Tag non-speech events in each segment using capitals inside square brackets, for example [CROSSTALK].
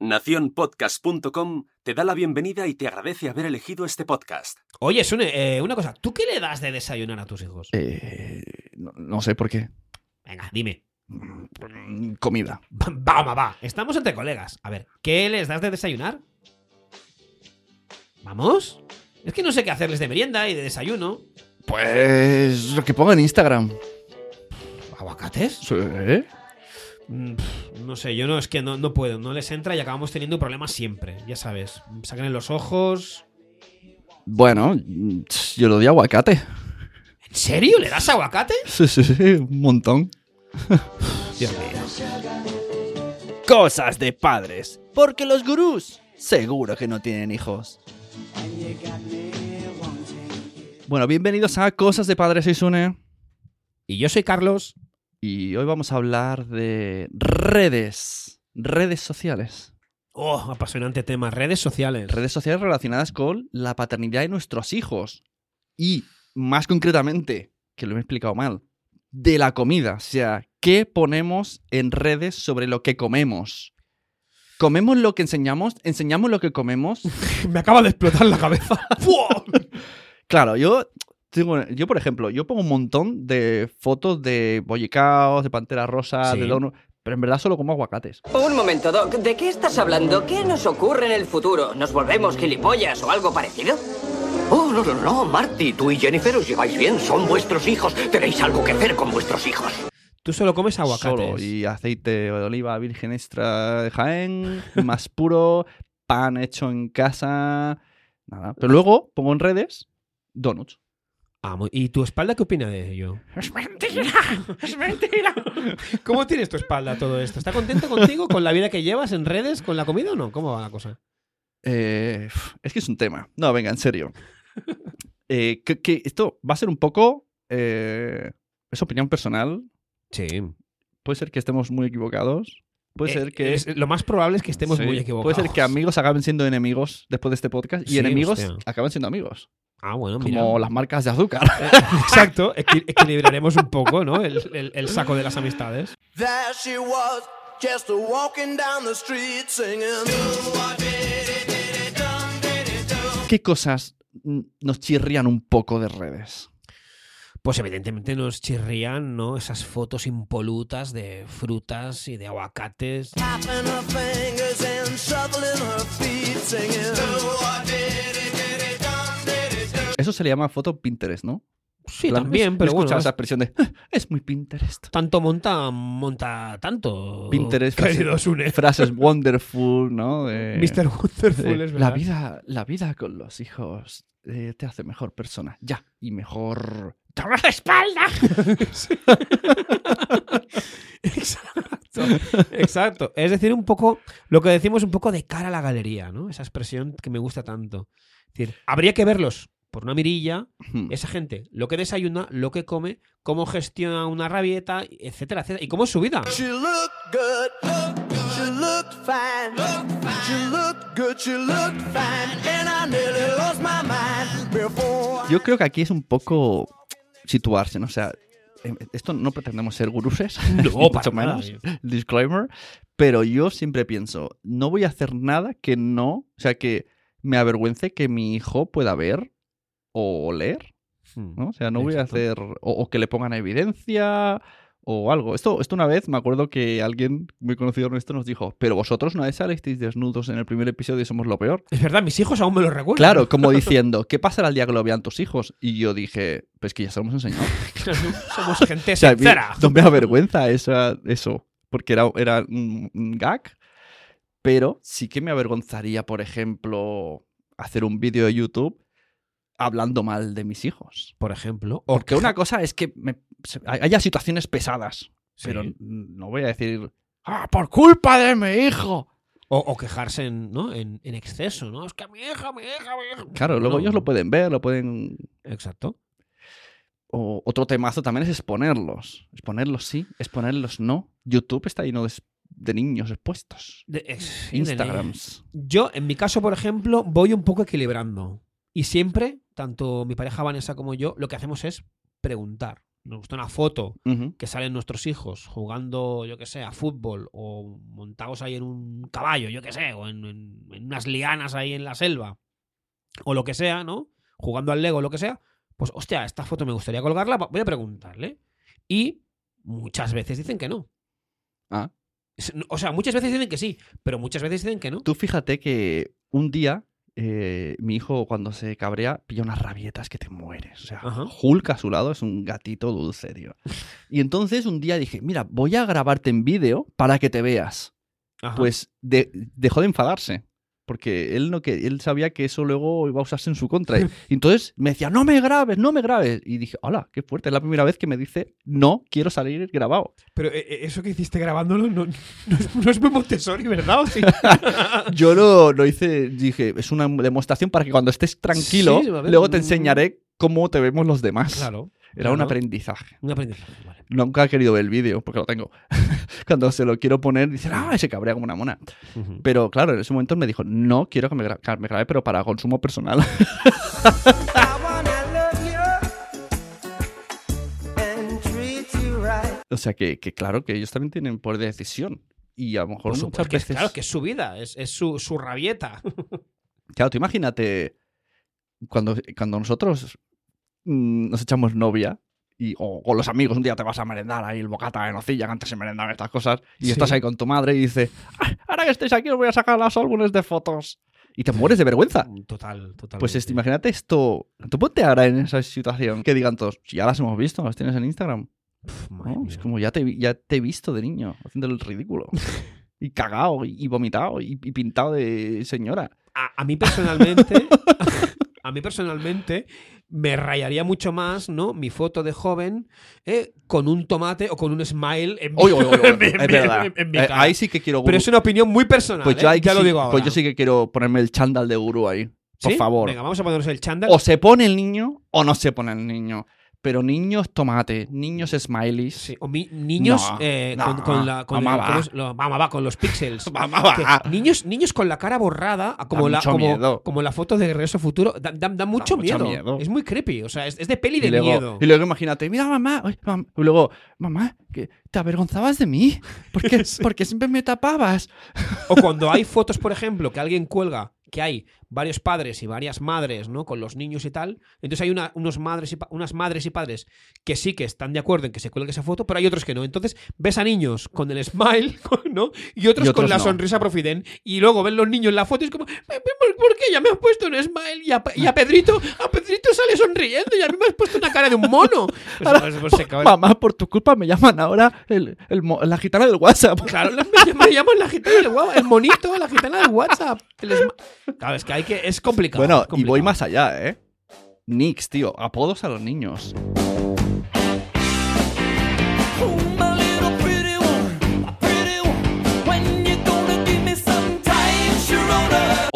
Naciónpodcast.com te da la bienvenida y te agradece haber elegido este podcast. Oye, Sune, eh, una cosa. ¿Tú qué le das de desayunar a tus hijos? Eh, no, no sé por qué. Venga, dime. Mm, Comida. Vamos, va. Estamos entre colegas. A ver, ¿qué les das de desayunar? ¿Vamos? Es que no sé qué hacerles de merienda y de desayuno. Pues lo que pongo en Instagram. ¿Aguacates? Sí. Mm, pf, No sé, yo no, es que no, no puedo, no les entra y acabamos teniendo problemas siempre, ya sabes. Sacan en los ojos. Bueno, mm, yo lo di aguacate. ¿En serio? ¿Le das aguacate? Sí, sí, sí, un montón. Dios mío. Cosas de padres. Porque los gurús seguro que no tienen hijos. Bueno, bienvenidos a Cosas de Padres y Sune. Y yo soy Carlos. Y hoy vamos a hablar de redes. Redes sociales. Oh, apasionante tema. Redes sociales. redes sociales relacionadas con la paternidad de nuestros hijos. Y más concretamente, que lo he explicado mal, de la comida. O sea, ¿qué ponemos en redes sobre lo que comemos? ¿Comemos lo que enseñamos? ¿Enseñamos lo que comemos? [LAUGHS] Me acaba de explotar la cabeza. [LAUGHS] Claro, yo, tengo, yo por ejemplo, yo pongo un montón de fotos de bollicaos, de pantera rosa, Sí. de dono, pero en verdad solo como aguacates. Un momento, Doc. ¿De qué estás hablando? ¿Qué nos ocurre en el futuro? ¿Nos volvemos gilipollas o algo parecido? Oh, no, no, no, Marty, tú y Jennifer os lleváis bien, son vuestros hijos, tenéis algo que hacer con vuestros hijos. Tú solo comes aguacates. Solo, y aceite de oliva virgen extra de Jaén, [LAUGHS] más puro, pan hecho en casa, nada. Pero luego pongo en redes donuts. Ah, muy- ¿Y tu espalda qué opina de ello? ¡Es mentira! ¡Es mentira! [LAUGHS] ¿Cómo tienes tu espalda todo esto? ¿Está contento contigo con la vida que llevas en redes, con la comida o no? ¿Cómo va la cosa? Eh, es que es un tema. No, venga, en [LAUGHS] serio. Eh, que, que esto va a ser un poco... eh, es opinión personal. Sí. Puede ser que estemos muy equivocados. Puede ser que... lo más probable Eh, es que estemos sí, muy equivocados. Puede ser que amigos acaben siendo enemigos después de este podcast y Sí, enemigos hostia. acaban siendo amigos. Ah, bueno, mira. Como las marcas de azúcar. [LAUGHS] Exacto. equi- equilibraremos un poco, ¿no? El, el- el saco de las amistades. There she was, just a walking down the street singing. ¿Qué cosas mm, nos chirrían un poco de redes? Pues evidentemente nos chirrían, ¿no? Esas fotos impolutas de frutas y de aguacates. Tapping her fingers and shuffling her feet singing. Eso se le llama foto Pinterest, ¿no? Sí, La- también, pero he bueno. escuchado es- esa expresión de "Ah, es muy Pinterest. [LAUGHS] Tanto monta, monta tanto. Pinterest, querido frases- Sune. Frases wonderful, ¿no? De- Mr. de, Wonderful, es verdad. la vida, la vida con los hijos eh, te hace mejor persona, ya y mejor. ¡Toma la espalda! [LAUGHS] Exacto. Exacto. Es decir, un poco lo que decimos un poco de cara a la galería, ¿no? Esa expresión que me gusta tanto. Es decir, habría que verlos por una mirilla, Hmm. esa gente, lo que desayuna, lo que come, cómo gestiona una rabieta, etcétera, etcétera, y cómo es su [LAUGHS] vida. She looked good. She looked fine. She looked good. She looked fine. And I nearly lost my mind before. Yo creo que aquí es un poco situarse, ¿no? O sea, em, esto no pretendemos ser guruses, ni mucho para nada, menos. tío. disclaimer, pero yo siempre pienso, no voy a hacer nada que no, o sea, que me avergüence que mi hijo pueda ver o leer, ¿no? O sea, no voy a Exacto. hacer, o, o que le pongan evidencia o algo. Esto, esto una vez, me acuerdo que alguien muy conocido nuestro nos dijo, pero vosotros una vez salisteis desnudos en el primer episodio y somos lo peor. Es verdad, mis hijos aún me lo recuerdan. Claro, [LAUGHS] como diciendo, ¿qué pasará el día que lo vean tus hijos? Y yo dije, pues que ya se lo hemos enseñado. Somos gente [LAUGHS] O sea, a mí sincera. No me avergüenza esa, eso, porque era, era un, un gag. Pero sí que me avergonzaría, por ejemplo, hacer un vídeo de YouTube hablando mal de mis hijos. Por ejemplo. O Porque una cosa es que me- se- hay- haya situaciones pesadas, Sí. pero n- no voy a decir, "Ah, por culpa de mi hijo. O, o quejarse en, ¿no? en, en exceso, ¿no? Es que mi hija, mi hija, mi hija. Claro, luego No, ellos lo pueden ver, lo pueden... Exacto. o- otro temazo también es exponerlos. Exponerlos sí, exponerlos no. YouTube está lleno de, es- de niños expuestos. De- es- sí, de Instagrams. Yo, en mi caso, por ejemplo, voy un poco equilibrando. Y siempre, tanto mi pareja Vanessa como yo, lo que hacemos es preguntar. Nos gusta una foto Ujú. que salen nuestros hijos jugando, yo qué sé, a fútbol o montados ahí en un caballo, yo qué sé, o en, en- en unas lianas ahí en la selva, o lo que sea, ¿no? Jugando al Lego, lo que sea. Pues, hostia, esta foto me gustaría colgarla, va- voy a preguntarle. Y muchas veces dicen que no. Ah. Es- O sea, muchas veces dicen que sí, pero muchas veces dicen que no. Tú fíjate que un día eh, mi hijo cuando se cabrea pilla unas rabietas que te mueres. O sea, Ajá. Hulk a su lado es un gatito dulce, [LAUGHS] tío. Y entonces un día dije, mira, voy a grabarte en vídeo para que te veas. Ajá. Pues de- dejó de enfadarse. Porque él no que él sabía que eso luego iba a usarse en [LAUGHS] su contra. Y entonces me decía, no me grabes, no me grabes. Y dije, hola, qué fuerte. Es la primera vez que me dice, no quiero salir grabado. Pero eh, eh, eso que hiciste grabándolo no, [LAUGHS] no es, no es muy Montessori, ¿verdad? ¿O sí? Yo lo, lo hice, dije, es una demostración para que cuando estés tranquilo, Sí, a ver, luego te mm. enseñaré cómo te vemos los [LAUGHS] demás. claro. Era un claro. aprendizaje. Un aprendizaje, vale. Nunca he querido ver el vídeo, porque lo tengo. [LAUGHS] cuando se lo quiero poner, dice, ah, se cabrea como una mona. Ujú. Pero claro, en ese momento me dijo, no quiero que me, gra- que me grabe, pero para consumo personal. I wanna love you and treat you right. O sea que, que claro, que ellos también tienen poder de decisión. Y a lo mejor Por supuesto, muchas que es- veces. Claro, que es su vida, es, es su, su [LAUGHS] rabieta. Claro, tú imagínate cuando, cuando nosotros mm, nos echamos novia. Y, o con los amigos, un día te vas a merendar ahí el bocata en hocilla, que antes se merendaban estas cosas, y Sí. estás ahí con tu madre y dice, "Ah, ahora que estáis aquí os voy a sacar los álbumes de fotos. Y te mueres de vergüenza. Total, total. Ah, Pues este, imagínate esto, tú ponte ahora en esa situación, que digan todos, "Si ya las hemos visto, las tienes en Instagram. ¿no? Es como ya te, vi- ya te he visto de niño, haciendo el ridículo. y cagado, y vomitado, y, y pintado de señora. a, a mí personalmente. [LAUGHS] A mí personalmente me rayaría mucho más, ¿no? Mi foto de joven eh, con un tomate o con un smile en [LAUGHS] Oye, oye, oye, oye, en mi- en es mi- verdad. en- en mi Eh, cara. ahí sí que quiero Pero gurú. es una opinión muy personal. pues ¿eh? yo ahí ya sí, lo digo ahora. Pues yo sí que quiero ponerme el chándal de gurú ahí. Por ¿Sí? favor. Venga, vamos a ponernos el chándal. O se pone el niño o no se pone el niño. Pero niños tomate, niños smileys. Sí, o mi- niños No, eh, no, con, con la. Con mamá el- va. con los- lo- mamá va, con los píxeles. [LAUGHS] Mamá va. Que niños, niños con la cara borrada, a como, Da la, mucho miedo. como, como la foto de Regreso al Futuro, da, da- da mucho, mucho miedo. miedo. Es muy creepy, o sea, es, es de peli Y de luego, miedo. y luego imagínate, mira mamá, ay, mam- y luego, mamá, que ¿te avergonzabas de mí? ¿Por qué, [LAUGHS] por qué siempre me tapabas? O cuando hay fotos, por ejemplo, que alguien cuelga, que hay varios padres y varias madres, ¿no? Con los niños y tal. Entonces hay una- unos madres y pa- unas madres y padres que sí que están de acuerdo en que se cuelgue esa foto, pero hay otros que no. Entonces ves a niños con el smile, [LAUGHS] con- ¿no? Y otros, Y otros con la no. sonrisa profiden. Y luego ven los niños en la foto y es como, "Pe- pe- ¿por, por qué ya me has puesto un smile? Y a, Pe- y a Pedrito, a Pedrito sale sonriendo y a mí me has puesto una cara de un [LAUGHS] mono. Pues, pues, pues, se acaba- Mamá, por tu culpa me llaman ahora el- el mo- la gitana del WhatsApp. Claro, la- me, llaman- me llaman la gitana del WhatsApp, el monito, la gitana del WhatsApp. El esma- Claro, es que hay que. Es complicado. Bueno, es y voy complicado. más allá, ¿eh? Nicks, tío, apodos a los niños.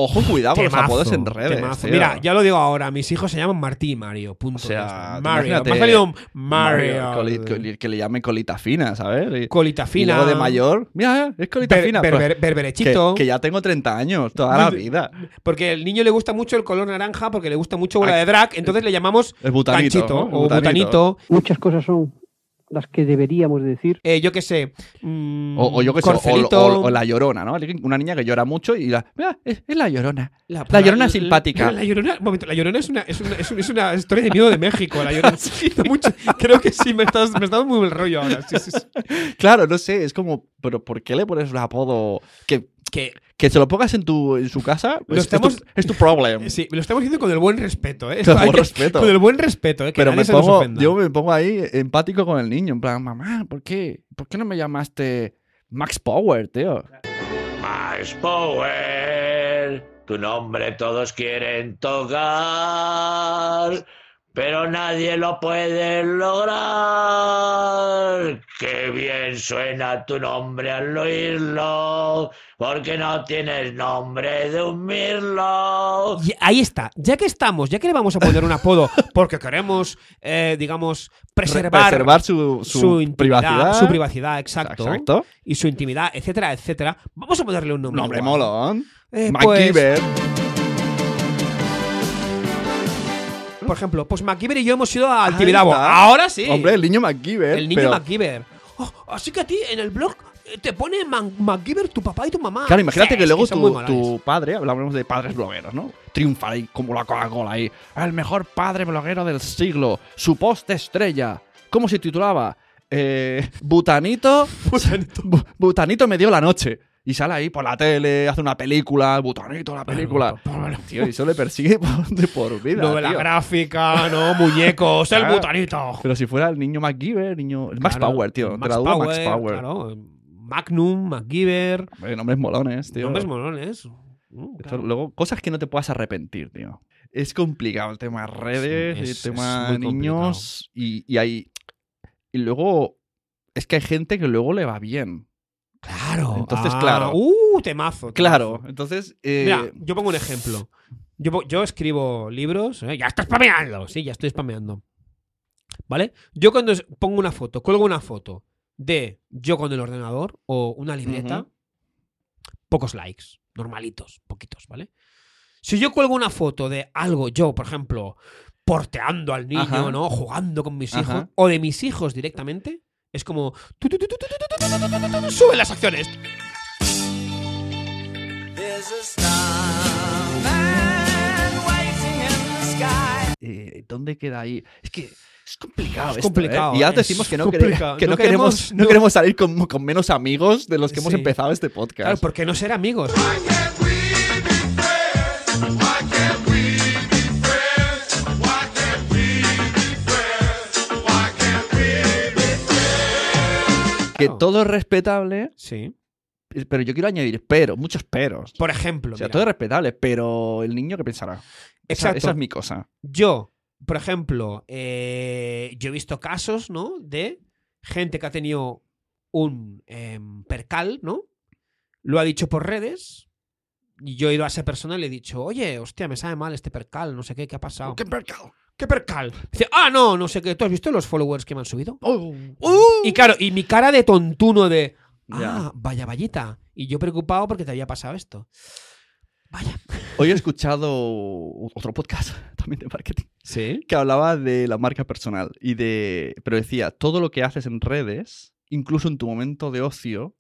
Ojo, cuidado con los Temazo, apodos en redes. temazo. tío. Mira, ya lo digo ahora, mis hijos se llaman Martí y Mario. Punto. O sea, Ya está. tú Mario. imagínate- Me ha salido un Mario, Mario. coli- coli- que le llamen colita fina, ¿sabes? Y- colita y fina. luego de mayor, mira, eh, es colita ber- fina. ber- pues, ber- que, berberechito. que ya tengo 30 años, toda la vida. Porque al niño le gusta mucho el color naranja, porque le gusta mucho bola de drag, entonces le llamamos El eh, butanito, ganchito ¿no? El o butanito. butanito. Muchas cosas son las que deberíamos decir. eh, yo qué sé. mm, O, o yo qué sé, o- o, corcelito. o la llorona, ¿no? Alguien- Una niña que llora mucho y la. Mira, es, es la llorona. La, llorona simpática. La llorona, un momento, la llorona es una, es una, es una- es una historia de miedo de México. La llorona. Da mucho- creo que sí, me estás, me estás muy el rollo ahora. sí, sí, sí. Claro, no sé, es como, pero ¿por qué le pones un apodo? Que, Que que se lo pongas en, tu, en su casa Lo Pues es, es tu- estamos- es tu problem. eh, sí, lo estamos diciendo con el buen respeto, ¿eh? Con el Hay buen que- respeto. Con el buen respeto, ¿eh? Que pero nadie me se nos pongo, ofenda. yo me pongo ahí empático con el niño, en plan, mamá, ¿por qué? ¿Por qué no me llamaste Max Power, tío? Max Power, tu nombre todos quieren tocar, pero nadie lo puede lograr. Qué bien suena tu nombre al oírlo, porque no tienes nombre de un mirlo. Y ahí está. Ya que estamos, ya que le vamos a poner un apodo porque queremos, eh, digamos, preservar, preservar su- su intimidad, privacidad. Su privacidad, exacto. Exacto. Y su intimidad, etcétera, etcétera. Vamos a ponerle un nombre. Nombre guay. molón. Eh, MacGyver. Por ejemplo, pues MacGyver y yo hemos ido al Ahí Tibidabo. está. Ahora sí. Hombre, el niño MacGyver. el niño pero- MacGyver. Oh, así que a ti en el blog eh, te pone Man- MacGyver tu papá y tu mamá. Claro, imagínate Sí, que es luego son muy tu, morales. tu padre, hablamos de padres blogueros, ¿no? Triunfa ahí como la Coca-Cola ahí. El mejor padre bloguero del siglo. Su post estrella. ¿Cómo se titulaba? Eh, butanito. [LAUGHS] butanito. butanito me dio la noche. Y sale ahí por la tele, hace una película. Butanito, la película. Tío, y eso le persigue por, de por vida. Novela tío. gráfica, no, muñecos, el [LAUGHS] Claro. butanito. Pero si fuera el niño MacGyver, el niño. Max Claro, Power, tío. Te Max la dudo, Power, Max Power. Claro. Magnum, MacGyver, Hombre, nombres molones, tío. nombres molones. Mm, Esto claro. Luego, cosas que no te puedas arrepentir, tío. Es complicado el tema redes, Sí, es- es el tema muy niños y, y hay... Y luego, es que hay gente que luego le va bien. Claro. Entonces, Ah, claro. Uh, temazo. temazo. Claro, entonces... eh, Mira, yo pongo un ejemplo. Yo, po- yo escribo libros. ¿eh? Ya estoy spameando. Sí, ya estoy spameando. ¿Vale? Yo cuando es- pongo una foto, colgo una foto de yo con el ordenador o una libreta, Ujú. pocos likes, normalitos, poquitos, ¿vale? Si yo cuelgo una foto de algo, yo, por ejemplo, porteando al niño, Ajá. ¿no? Jugando con mis Ajá. hijos, o de mis hijos directamente, es como. tu, tu, tu, tu, tu, tu, tu, tu, tu, tu, tu, tu, tu, ¡Sube las acciones! There's a starman waiting in the sky. eh, ¿Dónde queda ahí? Es que es complicado. Es esto, ¿eh? complicado, Y ya te es decimos que no, quere- complicado. que No no queremos, queremos- no no- queremos salir con, con menos amigos de los que hemos Sí. empezado este podcast. Claro, ¿por qué no ser amigos? que claro. todo es respetable, eh, Sí. pero yo quiero añadir pero, muchos peros. Por ejemplo. o sea, mira, todo es respetable, pero el niño que pensará. Esa, Exacto. esa es mi cosa. Yo, por ejemplo, eh, yo he visto casos, ¿no? De gente que ha tenido un em, percal, ¿no? Lo ha dicho por redes. Y yo he ido a esa persona y le he dicho, oye, hostia, me sabe mal este percal, no sé qué, ¿qué ha pasado? ¿Qué, mercado? percal? Dice, ah, no, no sé qué, ¿tú has visto los followers que me han subido? Oh. Y claro, y mi cara de tontuno de, ah, Ya. vaya vallita. Y yo preocupado porque te había pasado esto. Vaya. Hoy he escuchado otro podcast [LAUGHS] también de marketing Sí. que hablaba de la marca personal y de, pero decía, todo lo que haces en redes, incluso en tu momento de ocio,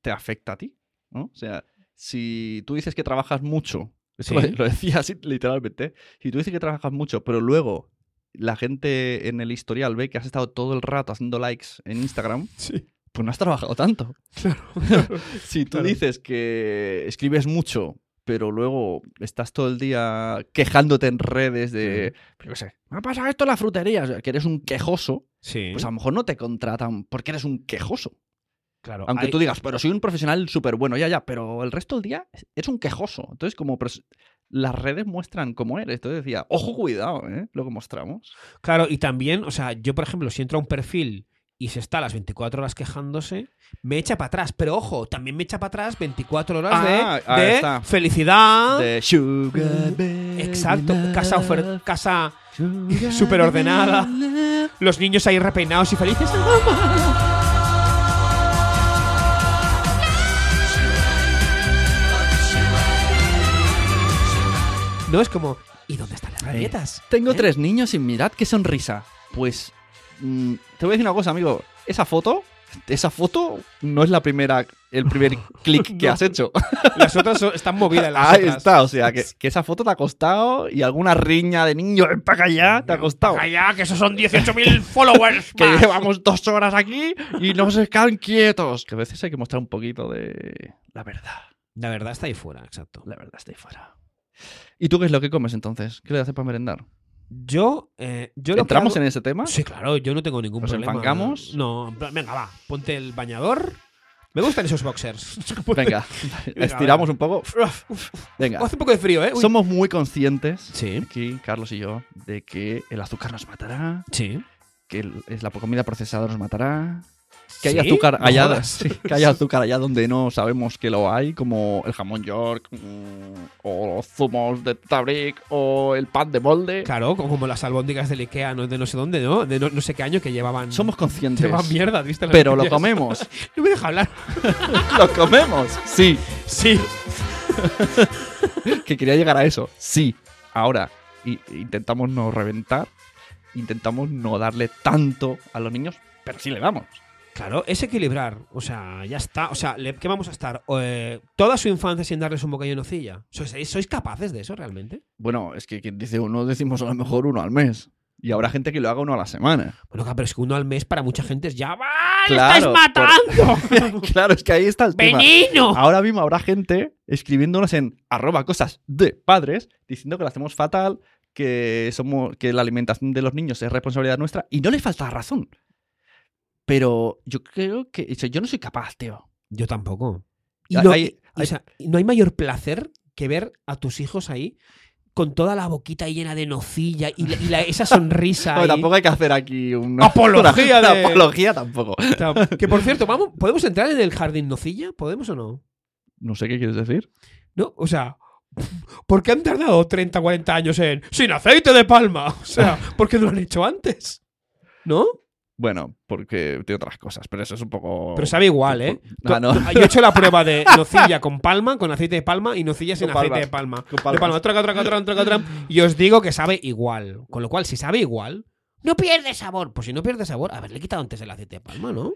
te afecta a ti, ¿no? O sea, si tú dices que trabajas mucho, esto Sí. [LAUGHS] lo, lo decía así literalmente, si tú dices que trabajas mucho, pero luego la gente en el historial ve que has estado todo el rato haciendo likes en [LAUGHS] Instagram, pues no has trabajado tanto. [LAUGHS] si tú Claro. dices que escribes mucho, pero luego estás todo el día quejándote en redes de, yo qué sé, me ha pasado esto en la frutería, o sea, que eres un quejoso, Sí. pues a lo mejor no te contratan porque eres un quejoso. claro. Aunque hay- tú digas, pero soy un profesional súper bueno, ya, ya, pero el resto del día es un quejoso. Entonces, como pres- las redes muestran cómo eres. Entonces decía, ojo, cuidado, ¿eh? Lo que mostramos. Claro, y también, o sea, yo, por ejemplo, si entro a un perfil y se está las 24 horas quejándose, me echa para atrás. Pero ojo, también me echa para atrás 24 horas de- Ah, ahí de, está. felicidad. De Sugar Baby Exacto, casa, ofer- Love, casa Sugar súper ordenada. Baby Love. Los niños ahí repeinados y felices. No es como, ¿y dónde están las galletas? Tengo ¿Eh? tres niños y mirad qué sonrisa. Pues mm, te voy a decir una cosa, amigo. Esa foto, esa foto no es la primera, el primer [LAUGHS] clic que has hecho. Las otras son- están movidas. Las [LAUGHS] Ahí otras. está, o sea, que, que esa foto te ha costado y alguna riña de niño, ven para allá, te ha costado. Allá, que esos son 18.000 followers. [LAUGHS] Que más. llevamos dos horas aquí y no se quedan quietos. Que a veces hay que mostrar un poquito de la verdad. La verdad está ahí fuera, exacto. La verdad está ahí fuera. ¿Y tú qué es lo que comes entonces? ¿Qué le haces para merendar? Yo, eh, yo lo que ¿Entramos hago- en ese tema? Sí, claro, yo no tengo ningún ¿Nos problema. enfangamos? No, en plan, venga, va, ponte el bañador, Me gustan esos boxers. [LAUGHS] [LAUGHS] Venga, estiramos un poco. Venga. Hace un poco de frío, ¿eh? Uy. Somos muy conscientes, aquí, Carlos y yo, de que el azúcar nos matará, Sí. que el- es la comida procesada nos matará, que hay ¿Sí? azúcar No allá, jodas. sí, que hay azúcar allá donde no sabemos que lo hay, como el jamón York, mm, o los zumos de Tabric, o el pan de molde. Claro, como las albóndigas del Ikea, no, de no sé dónde, ¿no? De no, no sé qué año que llevaban. Somos conscientes. Llevaban mierda, ¿viste? Las Pero lo noticias. comemos. No me deja hablar. lo comemos. Sí. Sí. que quería llegar a eso. Sí, ahora i- intentamos no reventar, intentamos no darle tanto a los niños, pero sí le damos. Claro, es equilibrar. O sea, ya está. O sea, le- ¿qué vamos a estar? O, eh, Toda su infancia sin darles un bocadillo de nocilla. ¿Sois, sois capaces de eso realmente? Bueno, es que quien dice uno, decimos a lo mejor uno al mes. Y habrá gente que lo haga uno a la semana. Bueno, pero es que uno al mes para mucha gente es ya. ¡Ah, le Claro, estáis matando! [LAUGHS] claro, es que ahí está el tema. ¡Veneno! Ahora mismo habrá gente escribiéndonos en arroba cosas de padres diciendo que lo hacemos fatal, que, somos, que la alimentación de los niños es responsabilidad nuestra y no le falta razón. Pero yo creo que o sea, yo no soy capaz, tío. Yo tampoco. Y Hay- no, hay- y- o sea, no hay mayor placer que ver a tus hijos ahí con toda la boquita ahí llena de nocilla y, la- y la- esa [LAUGHS] sonrisa. Bueno, ahí. tampoco hay que hacer aquí una Apología [LAUGHS] una de- apología tampoco. O sea, que por cierto, vamos, ¿podemos entrar en el jardín nocilla? ¿Podemos o no? No sé qué quieres decir. No, o sea, ¿por qué han tardado 30, 40 años en sin aceite de palma? O sea, ¿por qué no lo han hecho antes? ¿No? Bueno, porque tiene otras cosas, pero eso es un poco. Pero sabe igual, ¿eh? Ah, no. Yo he hecho la prueba de nocilla con palma, con aceite de palma y nocilla sin Con aceite palmas. de palma. Con De palmas. palma, traca, traca, tran, traca, tran, y os digo que sabe igual. Con lo cual, si sabe igual, no pierde sabor. Pues si no pierde sabor, haberle quitado antes el aceite de palma, ¿no?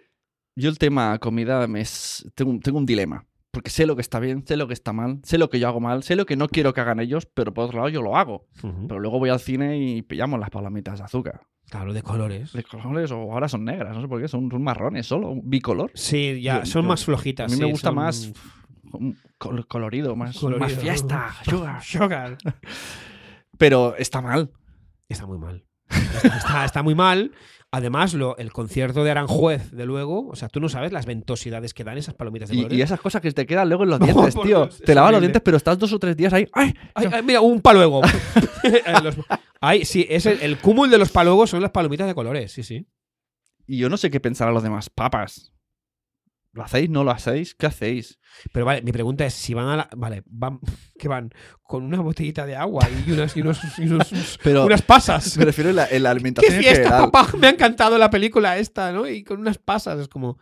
Yo el tema comida me es- tengo, un- tengo un dilema. Porque sé lo que está bien, sé lo que está mal, sé lo que yo hago mal, sé lo que no quiero que hagan ellos, pero por otro lado yo lo hago. Pero luego voy al cine y pillamos las palomitas de azúcar. Claro, de colores. De colores, o ahora son negras, no sé por qué, son, son marrones solo, bicolor. Sí, ya, Yo- son yo- más flojitas. A mí sí, me gusta son más pff, un col- colorido, más, colorido. más fiesta, [LAUGHS] sugar. Sugar. Pero está mal. Está muy mal. Está, está- está muy mal. Además, lo, el concierto de Aranjuez, de luego, o sea, tú no sabes las ventosidades que dan esas palomitas de Y, colores. y esas cosas que te quedan luego en [LAUGHS] los No, dientes, por tío. Dios, te es lavas los horrible. dientes, pero estás dos o tres días ahí. ¡Ay! Ay, ay, mira, un paluego. [LAUGHS] Eh, los- ay, sí, es el, el cúmulo de los paluegos son las palomitas de colores, sí, sí. Y yo no sé qué pensarán los demás. Papas. ¿Lo hacéis? ¿No lo hacéis? ¿Qué hacéis? Pero vale, mi pregunta es si van a la, vale, van que van con una botellita de agua y unas y unos, y unos- Pero- unas pasas. Me refiero a la, en [LAUGHS] la ¡Qué alimentación en fiesta, general. papá! Me ha encantado la película esta, ¿no? Y con unas pasas es como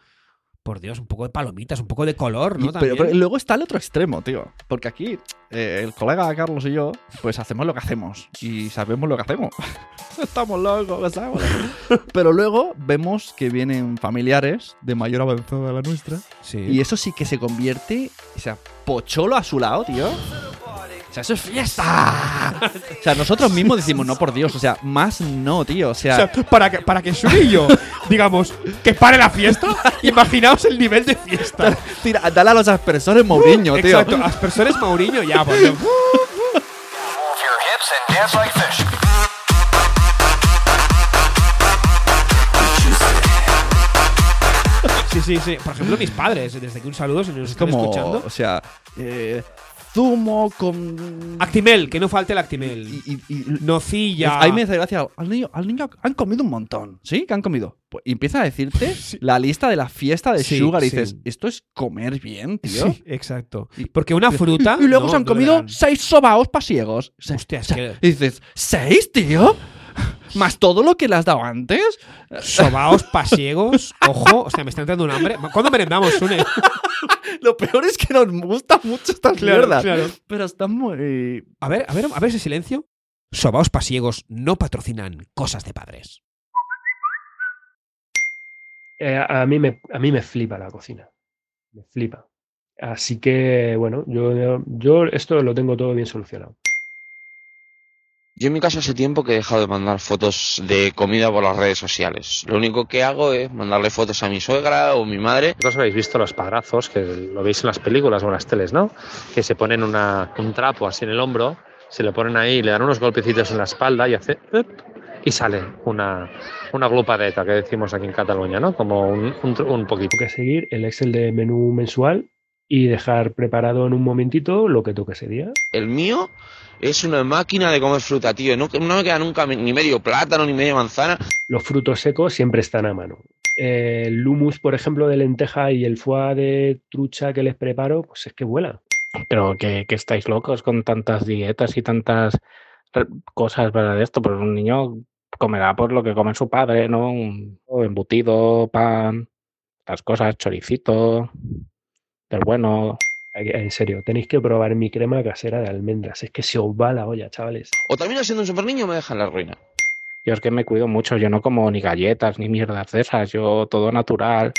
por Dios, un poco de palomitas, un poco de color, ¿no? Y- pero, También. pero luego está el otro extremo, tío. Porque aquí eh, el colega Carlos y yo, pues hacemos lo que hacemos. Y sabemos lo que hacemos. [LAUGHS] Estamos locos, estamos locos. Pero luego vemos que vienen familiares de mayor avanzada a la nuestra. Sí. Y eso sí que se convierte, o sea, pocholo a su lado, tío. O sea, eso es fiesta. O sea, nosotros mismos decimos, no, por Dios, o sea, más no, tío. O sea, O sea, para que, para que Shuri y yo digamos que pare la fiesta, imaginaos el nivel de fiesta. tira- dale a los aspersores Mourinho, tío. uh, Exacto, las personas Mauriño ya, pues, por Dios. Sí, sí, sí. Por ejemplo, mis padres, desde que un saludo, si nos Es están como, escuchando. o sea, eh, zumo con... Actimel, que no falte el Actimel. Y, y- y- Nocilla. Ahí me hace gracia, al niño, al niño han comido un montón, ¿sí? ¿Qué han comido? Pues, y empieza [LAUGHS] a decirte la lista de la fiesta de Sí, Sugar y sí. dices, ¿esto es comer bien, tío? Sí, exacto. Porque una fruta. Y luego no, se han no comido le dan- seis sobaos pasiegos. Se- Hostia, es se- que- Y dices, ¿seis, tío? ¿Más todo lo que le has dado antes? Sobaos, pasiegos, ojo, o sea, me está entrando un hambre. ¿Cuándo merendamos, Sune? Lo peor es que nos gusta mucho estas Claro, mierdas. claro. Pero están muy... A ver, a ver, a ver ese silencio. Sobaos pasiegos no patrocinan cosas de padres. Eh, a, mí me, a mí me flipa la cocina. Me flipa. Así que, bueno, yo, yo esto lo tengo todo bien solucionado. Yo en mi caso hace tiempo que he dejado de mandar fotos de comida por las redes sociales. Lo único que hago es mandarle fotos a mi suegra o mi madre. Vosotros habéis visto los padrazos, que lo veis en las películas o en las teles, ¿no? Que se ponen una- un trapo así en el hombro, se lo ponen ahí, le dan unos golpecillos en la espalda y hace... "Up", y sale una, una glopadeta que decimos aquí en Cataluña, ¿no? Como un, un- un poquito. Tengo que seguir el Excel de menú mensual y dejar preparado en un momentito lo que toque ese día. El mío es una máquina de comer fruta, tío. No, no me queda nunca ni medio plátano, ni media manzana. Los frutos secos siempre están a mano. Eh, El hummus, por ejemplo, de lenteja y el foie de trucha que les preparo, pues es que vuela. Pero que, que estáis locos con tantas dietas y tantas re- cosas para de esto. Pues un niño comerá por lo que come su padre, ¿no? Un o embutido, pan, las cosas, choricito, del bueno. En serio, tenéis que probar mi crema casera de almendras. Es que se os va la olla, chavales. O termino siendo un super niño o me dejan la ruina. Yo es que me cuido mucho, yo no como ni galletas ni mierdas de esas, yo todo natural.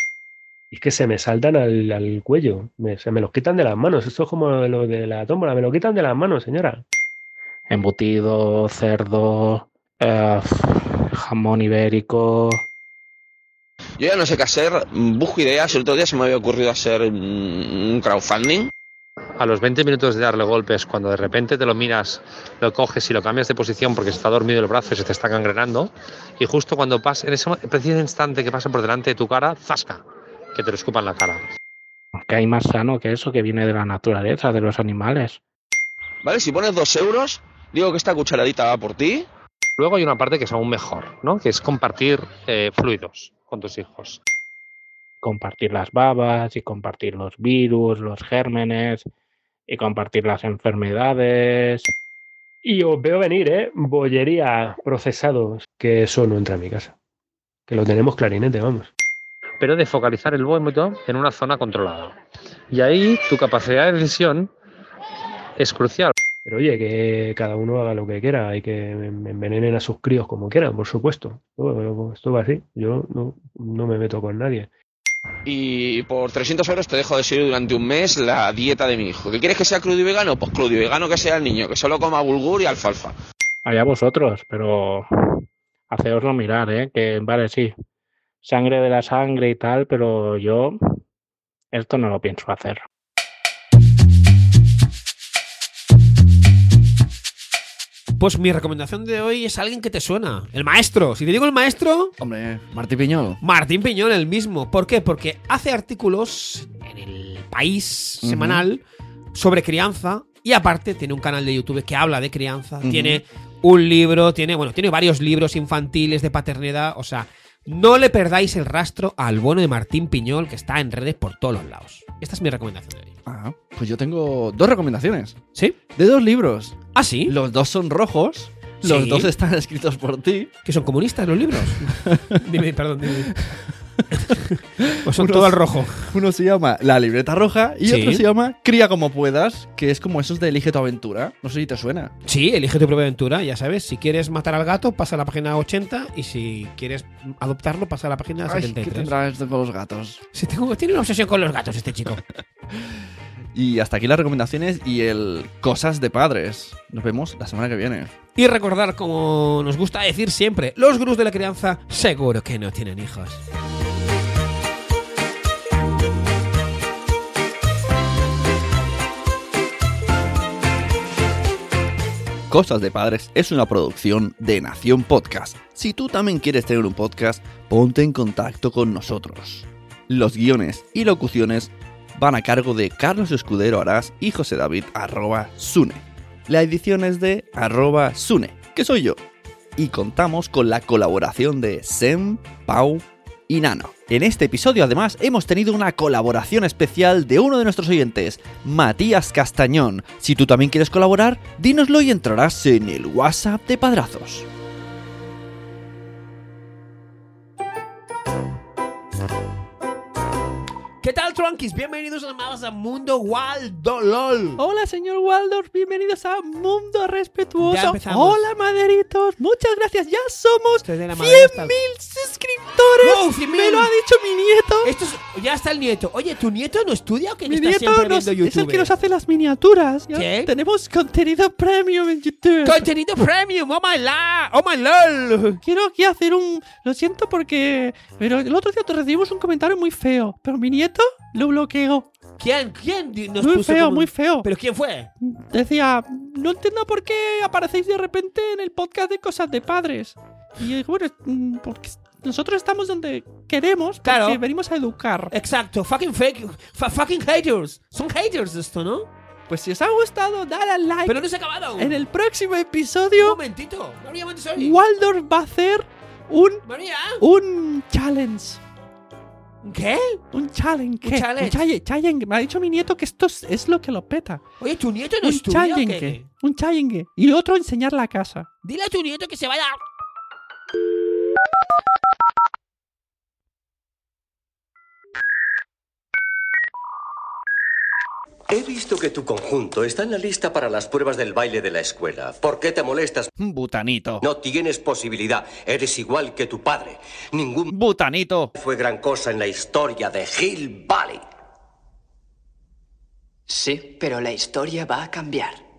Y es que se me saltan al, al cuello. Me- se me los quitan de las manos. Esto es como lo de la tómbola. Me lo quitan de las manos, señora. Embutido, cerdo, eh, jamón ibérico. Yo ya no sé qué hacer, mm, busco ideas. El otro día se me había ocurrido hacer mm, un crowdfunding. A los 20 minutos de darle golpes, cuando de repente te lo miras, lo coges y lo cambias de posición porque se está dormido el brazo y se te está gangrenando, y justo cuando pasa, en ese mo- preciso instante que pasa por delante de tu cara, zasca, que te lo escupan la cara. Que hay más sano que eso que viene de la naturaleza, de los animales. ¿Vale? Si pones dos euros, digo que esta cucharadita va por ti. Luego hay una parte que es aún mejor, ¿no? Que es compartir eh, fluidos con tus hijos. Compartir las babas y compartir los virus, los gérmenes y compartir las enfermedades. Y os veo venir, ¿eh? Bollería, procesados. Que eso no entra en mi casa. Que lo tenemos clarinete, vamos. pero de focalizar el vómito en una zona controlada. Y ahí tu capacidad de decisión es crucial. Pero oye, que cada uno haga lo que quiera y que en- envenenen a sus críos como quieran, por supuesto. Todo- oh, Esto va así. Yo no, no me meto con nadie. Y por 300 euros te dejo de seguir durante un mes la dieta de mi hijo. ¿Qué quieres que sea crudo y vegano? Pues crudo y vegano que sea el niño, que solo coma bulgur y alfalfa. Allá vosotros, pero haceoslo mirar, ¿eh? Que vale, sí, sangre de la sangre y tal, pero yo esto no lo pienso hacer. Pues mi recomendación de hoy es alguien que te suena. El maestro. Si te digo el maestro. Hombre, Martí Piñol. Martín Piñón, el mismo. ¿Por qué? Porque hace artículos en el país Ujú. semanal sobre crianza y aparte tiene un canal de YouTube que habla de crianza. Ujú. Tiene un libro, tiene, bueno, tiene varios libros infantiles de paternidad. O sea, no le perdáis el rastro al bono de Martín Piñol que está en redes por todos los lados. Esta es mi recomendación de hoy. Ah, pues yo tengo dos recomendaciones. ¿Sí? De dos libros. Ah, sí. Los dos son rojos. Los Sí. dos están [LAUGHS] escritos por ti. ¿Que son comunistas los [LAUGHS] libros? dime, perdón, dime. [LAUGHS] o son Uno todo al se- rojo. Uno se llama La libreta roja y Sí. otro se llama Cría como puedas, que es como esos de Elige tu aventura. No sé si te suena. Sí, elige tu propia aventura, ya sabes. Si quieres matar al gato, pasa a la página 80 y si quieres adoptarlo, pasa a la página Ay, 73. ¿Qué tendrá esto con los gatos? Si tengo- tiene una obsesión con los gatos este chico. Y hasta aquí las recomendaciones y el Cosas de Padres. Nos vemos la semana que viene. y recordar, como nos gusta decir siempre, los gurús de la crianza seguro que no tienen hijos. Cosas de Padres es una producción de Nación Podcast. Si tú también quieres tener un podcast, ponte en contacto con nosotros. Los guiones y locuciones van a cargo de Carlos Escudero Arás y José David arroba Sune. La edición es de arroba Sune, que soy yo. Y contamos con la colaboración de Sem, Pau y Nano. En este episodio además hemos tenido una colaboración especial de uno de nuestros oyentes, Matías Castañón. Si tú también quieres colaborar, dínoslo y entrarás en el WhatsApp de Padrazos. ¿Qué tal, Trunkies? Bienvenidos amados a Mundo Waldo LOL. Hola, señor Waldorf, bienvenidos a Mundo Ya Respetuoso. empezamos. Hola, maderitos, muchas gracias. Ya somos 100.000 Desde la madera hasta el- suscriptores. ¡Wow, Me 100.000! lo ha dicho mi nieto. Esto es- ya está el nieto. Oye, ¿tu nieto no estudia o que mi está nieto siempre nos- viendo YouTube? es el que nos hace las miniaturas. Ya ¿Qué? Tenemos contenido premium en YouTube. Contenido premium, oh my la, oh my lol. Quiero aquí hacer un. Lo siento porque. Pero el otro día te recibimos un comentario muy feo. Pero mi nieto lo bloqueó. ¿Quién? ¿Quién di- nos Muy puso feo, como- muy feo. ¿Pero quién fue? Decía, no entiendo por qué aparecéis de repente en el podcast de cosas de padres. Y eh, bueno, es- mm, porque nosotros estamos donde queremos, porque Claro. venimos a educar. Exacto, fucking fake, fa- fucking haters. Son haters esto, ¿no? Pues si os ha gustado, dale al like. Pero no se ha acabado. En el próximo episodio, momentito. No había momento, sorry. Waldorf va a hacer un, María. un challenge. ¿Qué? Un challenge. ¿qué? challenge. challe- challenge. Me ha dicho mi nieto que esto es, es lo que lo peta. Oye, ¿tu nieto no un es tuyo o challenge. qué? Un challenge. Y otro enseñar la casa. Dile a tu nieto que se vaya. He visto que tu conjunto está en la lista para las pruebas del baile de la escuela. ¿Por qué te molestas? Butanito. No tienes posibilidad. Eres igual que tu padre. Ningún butanito fue gran cosa en la historia de Hill Valley. Sí, pero la historia va a cambiar.